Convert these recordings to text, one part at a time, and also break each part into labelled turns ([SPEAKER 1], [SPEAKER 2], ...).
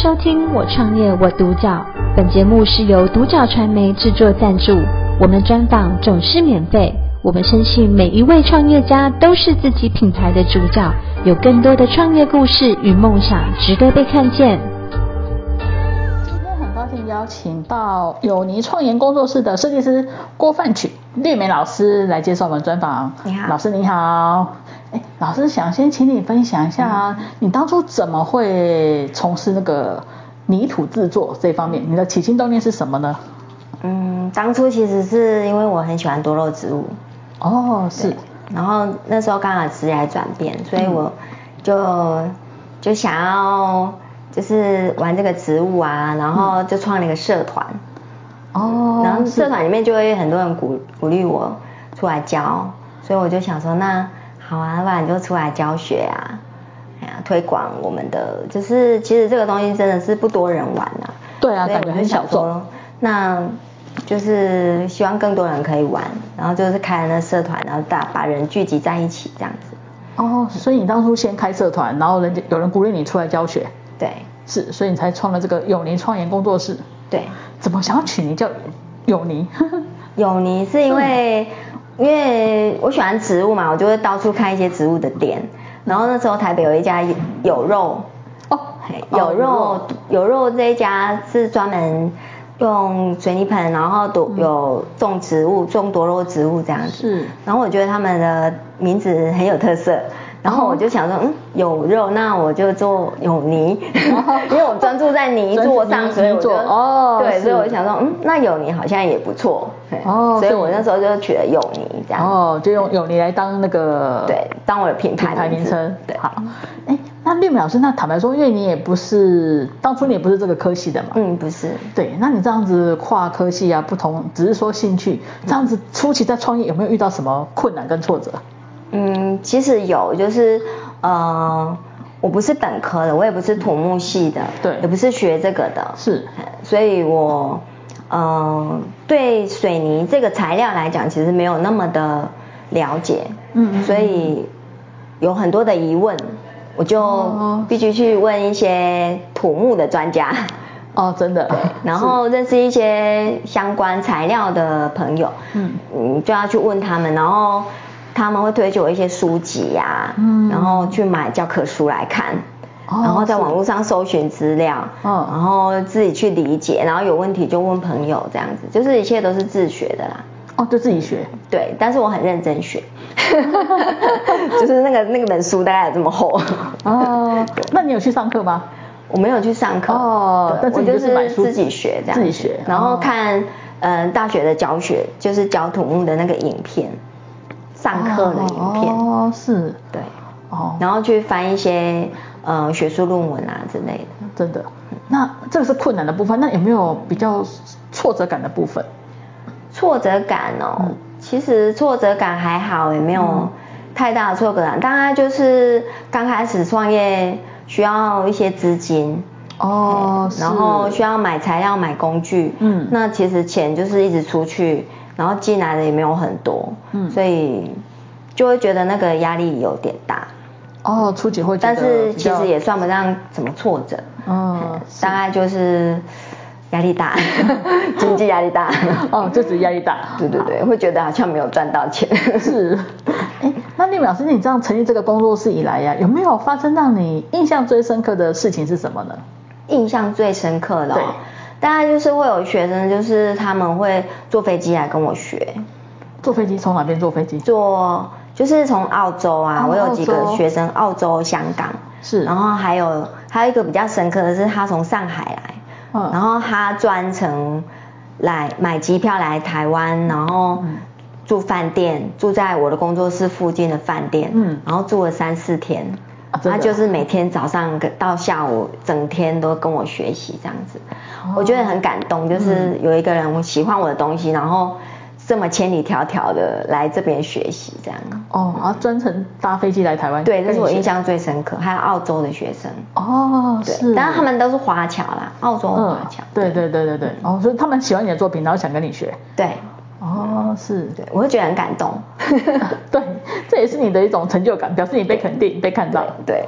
[SPEAKER 1] 收听《我创业我独角》，本节目是由独角传媒制作赞助，我们专访总是免费。我们深信每一位创业家都是自己品牌的主角，有更多的创业故事与梦想值得被看见。
[SPEAKER 2] 今天很高兴邀请到有尼创研工作室的设计师郭范曲绿美老师来接受我们专访。
[SPEAKER 3] 你好
[SPEAKER 2] 老师你好。哎，老师想先请你分享一下、你当初怎么会从事那个泥土制作这方面？你的起心动念是什么呢？
[SPEAKER 3] 嗯，当初其实是因为我很喜欢多肉植物，
[SPEAKER 2] 哦，是，
[SPEAKER 3] 然后那时候刚好职业转变，所以我就、就想要就是玩这个植物啊，然后就创了一个社团，
[SPEAKER 2] 哦，
[SPEAKER 3] 然后社团里面就会很多人鼓鼓励我出来教，所以我就想说那好啊，不然就出来教学啊。哎呀，推广我们的就是，其实这个东西真的是不多人玩啊。
[SPEAKER 2] 对啊，
[SPEAKER 3] 所以
[SPEAKER 2] 感
[SPEAKER 3] 我
[SPEAKER 2] 觉
[SPEAKER 3] 就
[SPEAKER 2] 很小
[SPEAKER 3] 想
[SPEAKER 2] 众
[SPEAKER 3] 说。那就是希望更多人可以玩，然后就是开了那社团，然后大把人聚集在一起这样子。
[SPEAKER 2] 哦，所以你当初先开社团，然后人家有人鼓励你出来教学，
[SPEAKER 3] 对
[SPEAKER 2] 是，所以你才创了这个有尼创研工作室。
[SPEAKER 3] 对，
[SPEAKER 2] 怎么想要取名叫有尼？
[SPEAKER 3] 有你是因为因为我喜欢植物嘛，我就会到处开一些植物的店。然后那时候台北有一家有肉，
[SPEAKER 2] 哦
[SPEAKER 3] 嘿，
[SPEAKER 2] 哦
[SPEAKER 3] 有肉有肉这一家是专门用水泥盆，然后多有种植物，种多肉植物这样子。
[SPEAKER 2] 嗯是
[SPEAKER 3] 然后我觉得他们的名字很有特色，然后我就想说，嗯，有肉，那我就做有泥， 因为我专注在泥做上，
[SPEAKER 2] 哦专注泥
[SPEAKER 3] 所以我
[SPEAKER 2] 泥
[SPEAKER 3] 就
[SPEAKER 2] 做哦
[SPEAKER 3] 对，
[SPEAKER 2] 是
[SPEAKER 3] 所以我想说，嗯，那有泥好像也不错，嘿
[SPEAKER 2] 哦
[SPEAKER 3] 所以
[SPEAKER 2] 所以
[SPEAKER 3] 我那时候就取了有泥这样，
[SPEAKER 2] 哦，就用有尼来当那个
[SPEAKER 3] 对，当我的品
[SPEAKER 2] 品
[SPEAKER 3] 牌
[SPEAKER 2] 牌名
[SPEAKER 3] 字
[SPEAKER 2] 称。
[SPEAKER 3] 对，
[SPEAKER 2] 好，哎，那绿美老师，那坦白说，因为你也不是当初你也不是这个科系的嘛，
[SPEAKER 3] 嗯，不是，
[SPEAKER 2] 对，那你这样子跨科系啊，不同，只是说兴趣，这样子初期在创业有没有遇到什么困难跟挫折？
[SPEAKER 3] 嗯，其实有，就是呃，我不是本科的，我也不是土木系的，
[SPEAKER 2] 对
[SPEAKER 3] 也不是学这个的，
[SPEAKER 2] 是
[SPEAKER 3] 所以我嗯、呃对水泥这个材料来讲，其实没有那么的了解，
[SPEAKER 2] 嗯嗯嗯
[SPEAKER 3] 所以有很多的疑问，我就
[SPEAKER 2] 哦
[SPEAKER 3] 必须去问一些土木的专家，
[SPEAKER 2] 哦，真的，
[SPEAKER 3] 然后认识一些相关材料的朋友，
[SPEAKER 2] 嗯
[SPEAKER 3] 嗯就要去问他们，然后他们会推荐我一些书籍呀、
[SPEAKER 2] 嗯
[SPEAKER 3] 然后去买教科书来看。
[SPEAKER 2] 哦
[SPEAKER 3] 然后在网络上搜寻资料，
[SPEAKER 2] 嗯
[SPEAKER 3] 然后自己去理解，然后有问题就问朋友，这样子，就是一切都是自学的啦。
[SPEAKER 2] 哦，就自己学，
[SPEAKER 3] 对，但是我很认真学， 就是那个那个本书大概有这么厚。
[SPEAKER 2] 哦，那你有去上课吗？
[SPEAKER 3] 我没有去上课
[SPEAKER 2] 哦
[SPEAKER 3] 对
[SPEAKER 2] 但是
[SPEAKER 3] 我
[SPEAKER 2] 你
[SPEAKER 3] 就
[SPEAKER 2] 就是买
[SPEAKER 3] 是
[SPEAKER 2] 书
[SPEAKER 3] 自己学这样子，
[SPEAKER 2] 自己学
[SPEAKER 3] 然后
[SPEAKER 2] 哦
[SPEAKER 3] 看嗯、呃大学的教学，就是教土木的那个影片，上课的影片，
[SPEAKER 2] 哦，是，
[SPEAKER 3] 对，
[SPEAKER 2] 哦，
[SPEAKER 3] 然后去翻一些呃学术论文啊之类的。
[SPEAKER 2] 真的。那这个是困难的部分，那有没有比较挫折感的部分？
[SPEAKER 3] 挫折感哦，
[SPEAKER 2] 嗯
[SPEAKER 3] 其实挫折感还好，也没有太大的挫折感，大概就是刚开始创业需要一些资金。
[SPEAKER 2] 哦，
[SPEAKER 3] 嗯然后需要买材料、买工具，
[SPEAKER 2] 嗯
[SPEAKER 3] 嗯，那其实钱就是一直出去，然后进来的也没有很多，
[SPEAKER 2] 嗯
[SPEAKER 3] 嗯，所以就会觉得那个压力有点大，
[SPEAKER 2] 哦，初级会觉得
[SPEAKER 3] 但是
[SPEAKER 2] 比
[SPEAKER 3] 其
[SPEAKER 2] 较
[SPEAKER 3] 实也算不上什么挫折，
[SPEAKER 2] 嗯
[SPEAKER 3] 嗯，大概就是压力 大，经济压力大，
[SPEAKER 2] 哦，就只是压力大。
[SPEAKER 3] 对对对，会觉得好像没有赚到 钱，
[SPEAKER 2] 是，哎，那丽美老师，你这样成立这个工作室以来呀、有没有发生让你印象最深刻的事情是什么呢？
[SPEAKER 3] 印象最深刻的、
[SPEAKER 2] 对
[SPEAKER 3] 哦，大概就是会有学生，就是他们会坐飞机来跟我学，
[SPEAKER 2] 坐飞机从哪边坐飞机？
[SPEAKER 3] 做就是从澳洲啊，
[SPEAKER 2] 哦
[SPEAKER 3] 我有
[SPEAKER 2] 澳
[SPEAKER 3] 几个
[SPEAKER 2] 洲
[SPEAKER 3] 学生澳洲、香港，
[SPEAKER 2] 是
[SPEAKER 3] 然后还有还有一个比较深刻的是他从上海来，
[SPEAKER 2] 嗯
[SPEAKER 3] 然后他专程来买机票来台湾，然后
[SPEAKER 2] 嗯
[SPEAKER 3] 住饭店，住在我的工作室附近的饭店，
[SPEAKER 2] 嗯
[SPEAKER 3] 然后住了三四天。
[SPEAKER 2] 啊真的
[SPEAKER 3] 他就是每天早上跟到下午，整天都跟我学习这样子，
[SPEAKER 2] 哦
[SPEAKER 3] 我觉得很感动。
[SPEAKER 2] 嗯
[SPEAKER 3] 就是有一个人喜欢我的东西，然后这么千里迢迢的来这边学习，这样。
[SPEAKER 2] 哦，啊，专程搭飞机来台湾。
[SPEAKER 3] 对，这是我印
[SPEAKER 2] 象。
[SPEAKER 3] 象最深刻。还有澳洲的学生，
[SPEAKER 2] 哦，是。嗯
[SPEAKER 3] 对，当然他们都是华侨啦，澳洲华侨。
[SPEAKER 2] 对对对对对，哦，所以他们喜欢你的作品，然后想跟你学。
[SPEAKER 3] 对
[SPEAKER 2] 哦，是，
[SPEAKER 3] 对，我会觉得很感动。
[SPEAKER 2] 对，这也是你的一种成就感，表示你被肯定、被看到。
[SPEAKER 3] 对，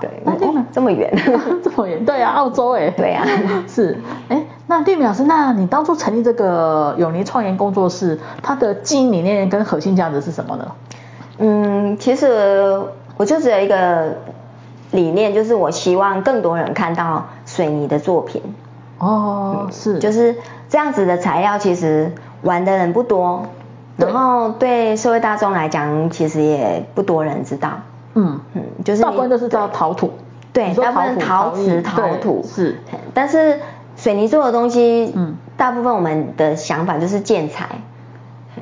[SPEAKER 3] 对，
[SPEAKER 2] 那丽
[SPEAKER 3] 哦
[SPEAKER 2] 美
[SPEAKER 3] 这么远，
[SPEAKER 2] 这么远，对啊，澳洲哎、
[SPEAKER 3] 对啊
[SPEAKER 2] 是，哎，那丽美老师，那你当初成立这个永宁创研工作室，它的经营理念跟核心价值是什么呢？
[SPEAKER 3] 嗯，其实我就只有一个理念，就是我希望更多人看到水泥的作品，
[SPEAKER 2] 哦，是，
[SPEAKER 3] 就是这样子的材料，其实玩的人不多，
[SPEAKER 2] 对
[SPEAKER 3] 然后对社会大众来讲，其实也不多人知道。
[SPEAKER 2] 嗯，
[SPEAKER 3] 嗯，就是
[SPEAKER 2] 大部分
[SPEAKER 3] 你
[SPEAKER 2] 都是叫陶土，
[SPEAKER 3] 对，
[SPEAKER 2] 你说
[SPEAKER 3] 大部分
[SPEAKER 2] 陶
[SPEAKER 3] 陶
[SPEAKER 2] 土
[SPEAKER 3] 瓷、
[SPEAKER 2] 艺
[SPEAKER 3] 陶
[SPEAKER 2] 对
[SPEAKER 3] 土
[SPEAKER 2] 是，
[SPEAKER 3] 但是水泥做的东西，
[SPEAKER 2] 嗯
[SPEAKER 3] 嗯，大部分我们的想法就是建材，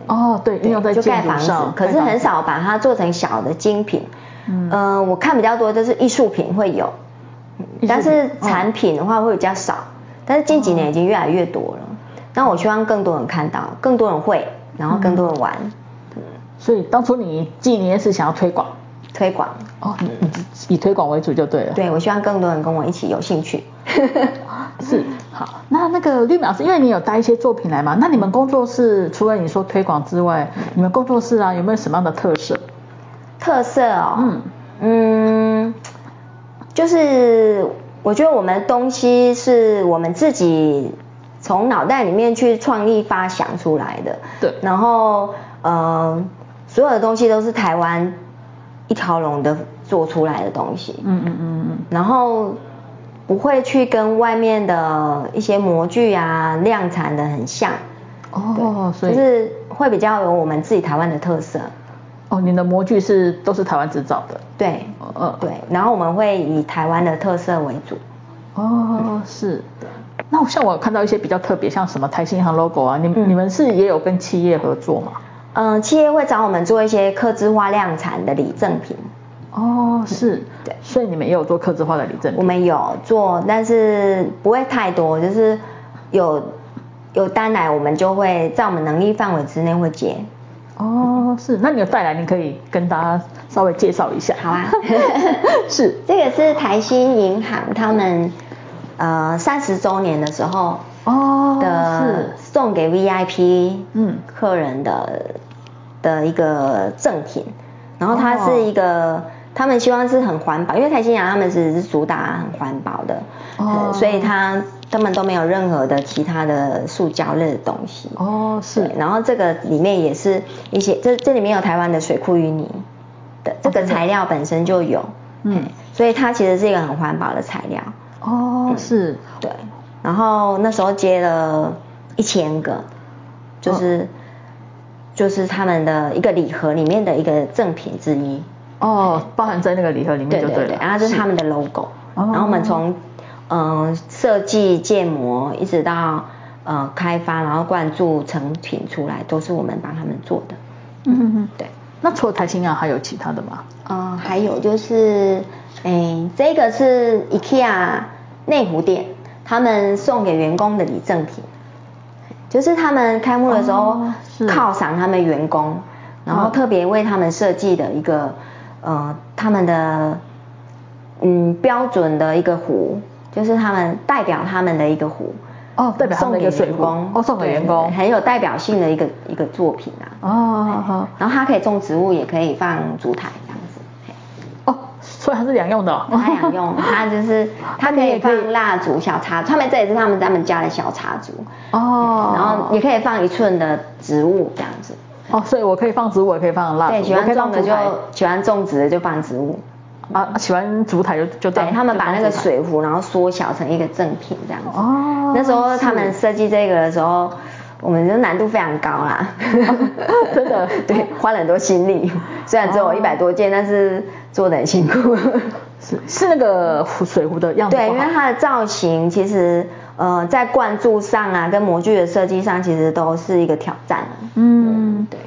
[SPEAKER 2] 哦，对，应用在
[SPEAKER 3] 就
[SPEAKER 2] 建
[SPEAKER 3] 盖
[SPEAKER 2] 筑
[SPEAKER 3] 房子
[SPEAKER 2] 上，，
[SPEAKER 3] 可
[SPEAKER 2] 盖
[SPEAKER 3] 是
[SPEAKER 2] 房
[SPEAKER 3] 很
[SPEAKER 2] 子
[SPEAKER 3] 少把它做成小的精品。
[SPEAKER 2] 嗯
[SPEAKER 3] 嗯，呃，我看比较多就是艺术品会有，
[SPEAKER 2] 艺术品
[SPEAKER 3] 但是
[SPEAKER 2] 嗯
[SPEAKER 3] 产品的话会比较少，但是近几年已经越来越多了。那我希望更多人看到，更多人会，然后更多人玩，
[SPEAKER 2] 所以当初你纪念是想要推广，
[SPEAKER 3] 推广。
[SPEAKER 2] 哦，你你以推广为主就对了。
[SPEAKER 3] 对，我希望更多人跟我一起有兴趣。
[SPEAKER 2] 是好，那那个绿淼是因为你有带一些作品来嘛？那你们工作室除了你说推广之外，你们工作室啊有没有什么样的特色？
[SPEAKER 3] 特色哦，
[SPEAKER 2] 嗯
[SPEAKER 3] 嗯就是我觉得我们东西是我们自己从脑袋里面去创意发想出来的，
[SPEAKER 2] 对
[SPEAKER 3] 然后呃，所有的东西都是台湾一条龙的做出来的东西，
[SPEAKER 2] 嗯嗯嗯嗯，
[SPEAKER 3] 然后不会去跟外面的一些模具啊量产的很像，
[SPEAKER 2] 哦，所以、
[SPEAKER 3] 就是会比较有我们自己台湾的特色，
[SPEAKER 2] 哦，你的模具是都是台湾制造的。
[SPEAKER 3] 对，
[SPEAKER 2] 呃，
[SPEAKER 3] 对，然后我们会以台湾的特色为主。
[SPEAKER 2] 哦，是。那像我有看到一些比较特别，像什么台新银行 logo 啊，你、
[SPEAKER 3] 嗯
[SPEAKER 2] 你们是也有跟企业合作吗？
[SPEAKER 3] 嗯、企业会找我们做一些客制化量产的礼赠品，
[SPEAKER 2] 哦，是。
[SPEAKER 3] 嗯对
[SPEAKER 2] 所以你们也有做刻字化的礼赠
[SPEAKER 3] 我
[SPEAKER 2] 品。
[SPEAKER 3] 们有做，但是不会太多，就是有有单来，我们就会在我们能力范围之内会接。
[SPEAKER 2] 哦，是。那你有带来，你可以跟大家稍微介绍一下。，
[SPEAKER 3] 好啊
[SPEAKER 2] 是。
[SPEAKER 3] 这个是台新银行他们呃三十周年的时候
[SPEAKER 2] 哦，
[SPEAKER 3] 的
[SPEAKER 2] 是，
[SPEAKER 3] 送给 VIP
[SPEAKER 2] 嗯
[SPEAKER 3] 客人的的一个赠品，然后它
[SPEAKER 2] 哦
[SPEAKER 3] 是一个。他们希望是很环保，因为台新洋他们是是主打很环保的，
[SPEAKER 2] 哦
[SPEAKER 3] 呃所以他他们都没有任何的其他的塑胶类的东西。
[SPEAKER 2] 哦
[SPEAKER 3] 对
[SPEAKER 2] 是，
[SPEAKER 3] 然后这个里面也是一些，这这里面有台湾的水库淤泥的
[SPEAKER 2] 哦
[SPEAKER 3] 这个材料本身就有，
[SPEAKER 2] 嗯，
[SPEAKER 3] 所以它其实是一个很环保的材料。
[SPEAKER 2] 哦是，
[SPEAKER 3] 对，然后那时候接了一千个，就是、就是他们的一个礼盒里面的一个赠品之一。
[SPEAKER 2] 哦包含在那个礼盒里面就
[SPEAKER 3] 对
[SPEAKER 2] 了，
[SPEAKER 3] 然后这是他们的 logo，
[SPEAKER 2] 哦
[SPEAKER 3] 然后我们从嗯、呃设计建模一直到呃开发，然后灌注成品出来，都是我们帮他们做的。
[SPEAKER 2] 嗯嗯嗯，
[SPEAKER 3] 对，
[SPEAKER 2] 那除了台新啊，还有其他的吗？
[SPEAKER 3] 嗯、还有就是，哎，这个是 IKEA 内湖店他们送给员工的礼赠品，就是他们开幕的时候
[SPEAKER 2] 哦是
[SPEAKER 3] 犒赏他们员工，然后特别为他们设计的一个呃他们的嗯标准的一个壶，就是他们代表他们的一个壶。
[SPEAKER 2] 哦代表他们的一个
[SPEAKER 3] 送给员
[SPEAKER 2] 水壶
[SPEAKER 3] 工
[SPEAKER 2] 哦送给
[SPEAKER 3] 对
[SPEAKER 2] 员工
[SPEAKER 3] 很有代表性的一个一个作品啊。
[SPEAKER 2] 哦好
[SPEAKER 3] 然后它可以种植物，也可以放烛台这样子。嘿
[SPEAKER 2] 哦，所以它是两用的哦，
[SPEAKER 3] 它两用，它就是它可
[SPEAKER 2] 你也
[SPEAKER 3] 以
[SPEAKER 2] 哦可以
[SPEAKER 3] 放蜡烛、小插，他们这也是他们他们家的小插烛，
[SPEAKER 2] 哦，
[SPEAKER 3] 然后也可以放一寸的植物这样子。
[SPEAKER 2] 哦，所以我可以放植物，我也可以放蜡烛，
[SPEAKER 3] 对，喜
[SPEAKER 2] 哦我可
[SPEAKER 3] 欢
[SPEAKER 2] 以放
[SPEAKER 3] 种的
[SPEAKER 2] 烛
[SPEAKER 3] 就
[SPEAKER 2] 台
[SPEAKER 3] 喜欢种植的就放植物。
[SPEAKER 2] 啊，喜欢烛台就就
[SPEAKER 3] 对
[SPEAKER 2] 当
[SPEAKER 3] 他们把那个。
[SPEAKER 2] 就当烛台
[SPEAKER 3] 水壶，然后缩小成一个赠品这样子。
[SPEAKER 2] 哦
[SPEAKER 3] 那时候他们
[SPEAKER 2] 是
[SPEAKER 3] 设计这个的时候，我们就难度非常高啦，
[SPEAKER 2] 哦真的
[SPEAKER 3] 对，花了很多心力。虽然只有
[SPEAKER 2] 哦
[SPEAKER 3] 一百多件，但是做的很辛 苦。
[SPEAKER 2] 是是那个壶水壶的样子不
[SPEAKER 3] 对，
[SPEAKER 2] 好，
[SPEAKER 3] 因为它的造型其实呃在灌注上啊，跟模具的设计上，其实都是一个挑战。
[SPEAKER 2] 嗯
[SPEAKER 3] 对，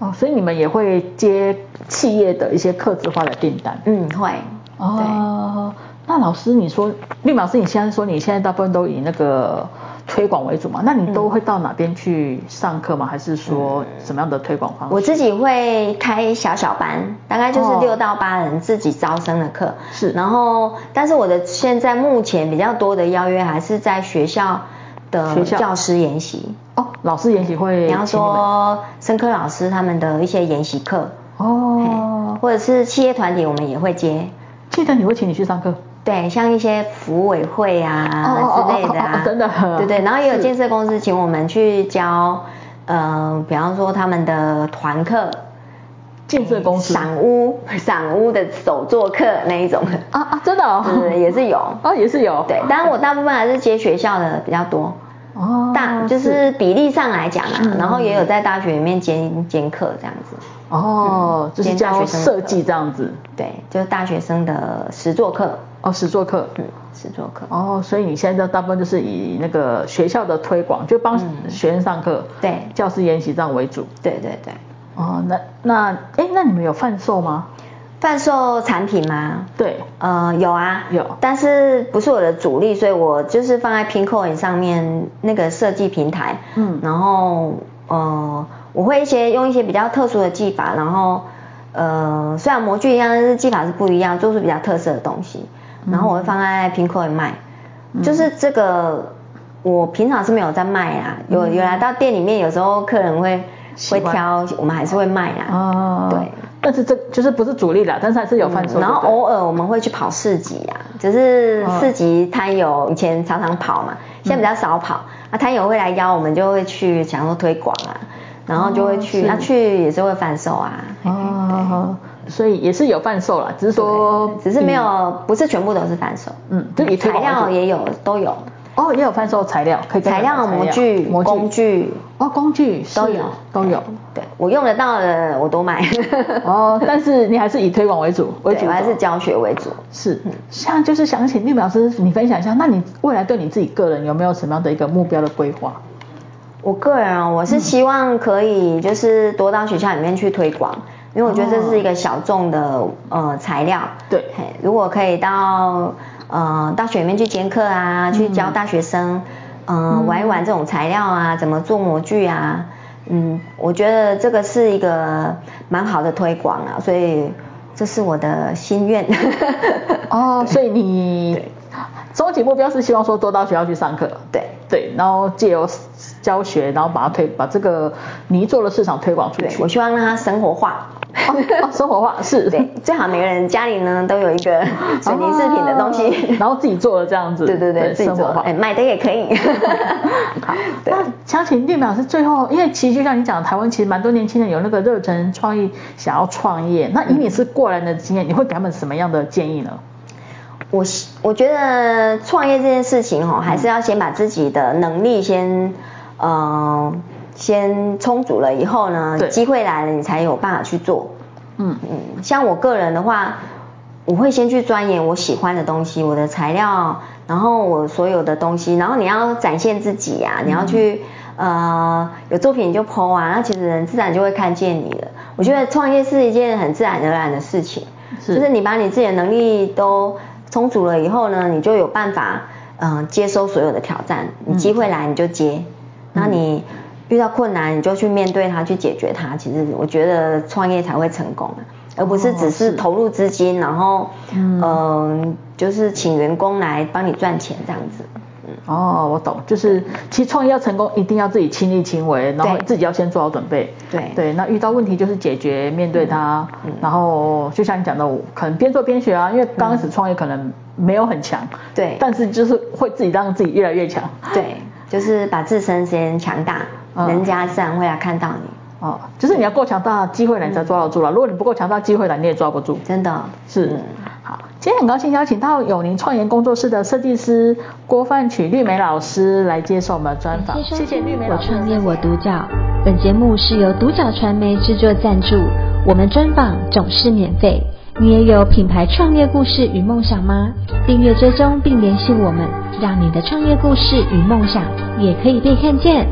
[SPEAKER 2] 哦，所以你们也会接企业的一些客制化的订单。
[SPEAKER 3] 嗯，会。
[SPEAKER 2] 哦，那老师，你说绿老师，你现在说你现在大部分都以那个推广为主嘛？那你都会到哪边去上课吗？还是
[SPEAKER 3] 嗯
[SPEAKER 2] 说什么样的推广方式？
[SPEAKER 3] 我自己会开小小班，大概就是
[SPEAKER 2] 哦
[SPEAKER 3] 六到八人自己招生的课。
[SPEAKER 2] 是
[SPEAKER 3] 然后但是我的现在目前比较多的邀约还是在学校的
[SPEAKER 2] 学校
[SPEAKER 3] 教师研习，
[SPEAKER 2] 哦，老师研习会，
[SPEAKER 3] 比方嗯说生科老师他们的一些研习课，
[SPEAKER 2] 哦
[SPEAKER 3] 嘿，或者是企业团体我们也会接。
[SPEAKER 2] 记得你会请你去上课。
[SPEAKER 3] 对，像一些服委会
[SPEAKER 2] 哦
[SPEAKER 3] 啊
[SPEAKER 2] 哦哦
[SPEAKER 3] 之类的
[SPEAKER 2] 哦哦，
[SPEAKER 3] 啊
[SPEAKER 2] 真的
[SPEAKER 3] 对对，然后也有
[SPEAKER 2] 是
[SPEAKER 3] 建设公司请我们去教，呃，比方说他们的团课，
[SPEAKER 2] 建设公司
[SPEAKER 3] 赏屋、 赏屋的手作课那一种，
[SPEAKER 2] 啊啊，真的哦，
[SPEAKER 3] 对对对， 也是有，
[SPEAKER 2] 哦也是有，
[SPEAKER 3] 对，当然我大部分还是接学校的比较多，
[SPEAKER 2] 哦，嗯
[SPEAKER 3] 大就是比例上来讲啊，然后也有在大学里面兼兼课这样子，
[SPEAKER 2] 哦，就是
[SPEAKER 3] 兼嗯大
[SPEAKER 2] 教
[SPEAKER 3] 学生的
[SPEAKER 2] 设
[SPEAKER 3] 课
[SPEAKER 2] 计这样子，
[SPEAKER 3] 对，就是大学生的实作课，
[SPEAKER 2] 哦，实作课，
[SPEAKER 3] 嗯，实作课，
[SPEAKER 2] 哦，所以你现在大部分就是以那个学校的推广，就帮学生上课，
[SPEAKER 3] 嗯对
[SPEAKER 2] 教师研习这样为主。
[SPEAKER 3] 对对对，
[SPEAKER 2] 哦，那那哎，那你们有贩售吗？
[SPEAKER 3] 贩售产品吗？
[SPEAKER 2] 对，
[SPEAKER 3] 呃，有啊，
[SPEAKER 2] 有
[SPEAKER 3] 但是不是我的主力，所以我就是放在 Pincoin 上面那个设计平台，
[SPEAKER 2] 嗯
[SPEAKER 3] 然后呃，我会一些用一些比较特殊的技法，然后呃，虽然模具一样，但是技法是不一样，做出比较特色的东西，
[SPEAKER 2] 嗯
[SPEAKER 3] 然后我会放在 Pincoin 卖，就是这个我平常是没有在卖啦，有
[SPEAKER 2] 嗯
[SPEAKER 3] 有来到店里面，有时候客人会
[SPEAKER 2] 喜
[SPEAKER 3] 会
[SPEAKER 2] 欢
[SPEAKER 3] 挑，我们还是会卖啊啦，
[SPEAKER 2] 哦，
[SPEAKER 3] 对。嗯
[SPEAKER 2] 但是这就是不是主力啦，但是还是有贩售。
[SPEAKER 3] 然后偶尔我们会去跑市集啊，就是
[SPEAKER 2] 嗯
[SPEAKER 3] 市集摊友以前常常跑嘛，现在比较少跑。
[SPEAKER 2] 嗯
[SPEAKER 3] 啊，摊友会来邀我们，就会去想说推广啊，然后就会去，
[SPEAKER 2] 哦是
[SPEAKER 3] 啊去也是会贩售啊，
[SPEAKER 2] 对不对哦，所以也是有贩售啦，只是说
[SPEAKER 3] 只是没有不是全部都是贩售，
[SPEAKER 2] 嗯就嗯以推
[SPEAKER 3] 材
[SPEAKER 2] 广为主
[SPEAKER 3] 料也有都有，
[SPEAKER 2] 哦，也有贩售材料，可以跟
[SPEAKER 3] 材
[SPEAKER 2] 人买
[SPEAKER 3] 料模具
[SPEAKER 2] 模具
[SPEAKER 3] 工具
[SPEAKER 2] 哦，工具是
[SPEAKER 3] 都有
[SPEAKER 2] 都有。
[SPEAKER 3] 对我用得到的我都买，
[SPEAKER 2] 哦，但是你还是以推广为主，为
[SPEAKER 3] 对
[SPEAKER 2] 主
[SPEAKER 3] 我还
[SPEAKER 2] 走
[SPEAKER 3] 是教学为主。
[SPEAKER 2] 是，
[SPEAKER 3] 嗯
[SPEAKER 2] 像就是想请绿老师，你分享一下，那你未来对你自己个人有没有什么样的一个目标的规划？
[SPEAKER 3] 我个人啊、我是希望可以就是多到学校里面去推广，因为我觉得这是一个小众的呃材料。
[SPEAKER 2] 对
[SPEAKER 3] 嘿，如果可以到呃大学里面去兼课啊，去教大学生，嗯、玩一玩这种材料啊，怎么做模具啊，嗯，我觉得这个是一个蛮好的推广啊，所以这是我的心愿。
[SPEAKER 2] 哦，所以你终极目标是希望说多到学校去上课，
[SPEAKER 3] 对
[SPEAKER 2] 对，然后借由教学，然后把它推把这个泥做的市场推广出
[SPEAKER 3] 对，
[SPEAKER 2] 去。
[SPEAKER 3] 我希望让它生活化。
[SPEAKER 2] 哦生活化是
[SPEAKER 3] 对，最好每个人家里呢都有一个水泥制品的东
[SPEAKER 2] 哦
[SPEAKER 3] 西。
[SPEAKER 2] 然后自己做的这样子，
[SPEAKER 3] 对对对，自己
[SPEAKER 2] 生
[SPEAKER 3] 做
[SPEAKER 2] 活，化
[SPEAKER 3] 哎、。买的也可 以。好，对
[SPEAKER 2] 那想请店老师最后，因为其实就像你讲，台湾其实蛮多年轻人有那个热忱创意，想要创业。那
[SPEAKER 3] 嗯
[SPEAKER 2] 以你是过来人的经验，你会给他们什么样的建议呢？
[SPEAKER 3] 我希我觉得创业这件事情
[SPEAKER 2] 嗯
[SPEAKER 3] 哦，还是要先把自己的能力先，呃，先充足了以后呢
[SPEAKER 2] 对，
[SPEAKER 3] 机会来了你才有办法去做。
[SPEAKER 2] 嗯，
[SPEAKER 3] 嗯，像我个人的话，我会先去钻研我喜欢的东西，我的材料，然后我所有的东西，然后你要展现自己呀、你要去、呃有作品你就 PO 啊，那其实人自然就会看见你了。我觉得创业是一件很自然而然的事情，
[SPEAKER 2] 是
[SPEAKER 3] 就是你把你自己的能力都充足了以后呢，你就有办法嗯、呃接收所有的挑战，你机会来你就接，那、你。遇到困难，你就去面对它，去解决它。其实我觉得创业才会成功啊，而不是只是投入资金，然后嗯、呃就是请员工来帮你赚钱这样子。
[SPEAKER 2] 哦，我懂，就是其实创业要成功，一定要自己亲力亲为，然后
[SPEAKER 3] 对
[SPEAKER 2] 自己要先做好准备。
[SPEAKER 3] 对
[SPEAKER 2] 对，那遇到问题就是解决，面对它，
[SPEAKER 3] 嗯
[SPEAKER 2] 然后就像你讲的，我可能边做边学啊，因为刚开始创业可能没有很强，
[SPEAKER 3] 嗯对
[SPEAKER 2] 但是就是会自己让自己越来越强。
[SPEAKER 3] 对，就是把自身先强大，
[SPEAKER 2] 嗯
[SPEAKER 3] 人家自然会来看到你。
[SPEAKER 2] 哦，就是你要够强大，机会来你才抓得住了。如果你不够强大，机会来你也抓不住。
[SPEAKER 3] 真的，
[SPEAKER 2] 是，好，今天很高兴邀请到永宁创研工作室的设计师郭范曲绿梅老师来接受我们的专访。嗯谢谢绿梅
[SPEAKER 1] 我
[SPEAKER 2] 老师的
[SPEAKER 1] 创业
[SPEAKER 2] 分享
[SPEAKER 1] 我独角。本节目是由独角传媒制作赞助，我们专访总是免费。你也有品牌创业故事与梦想吗？订阅追踪并联系我们，让你的创业故事与梦想也可以被看见。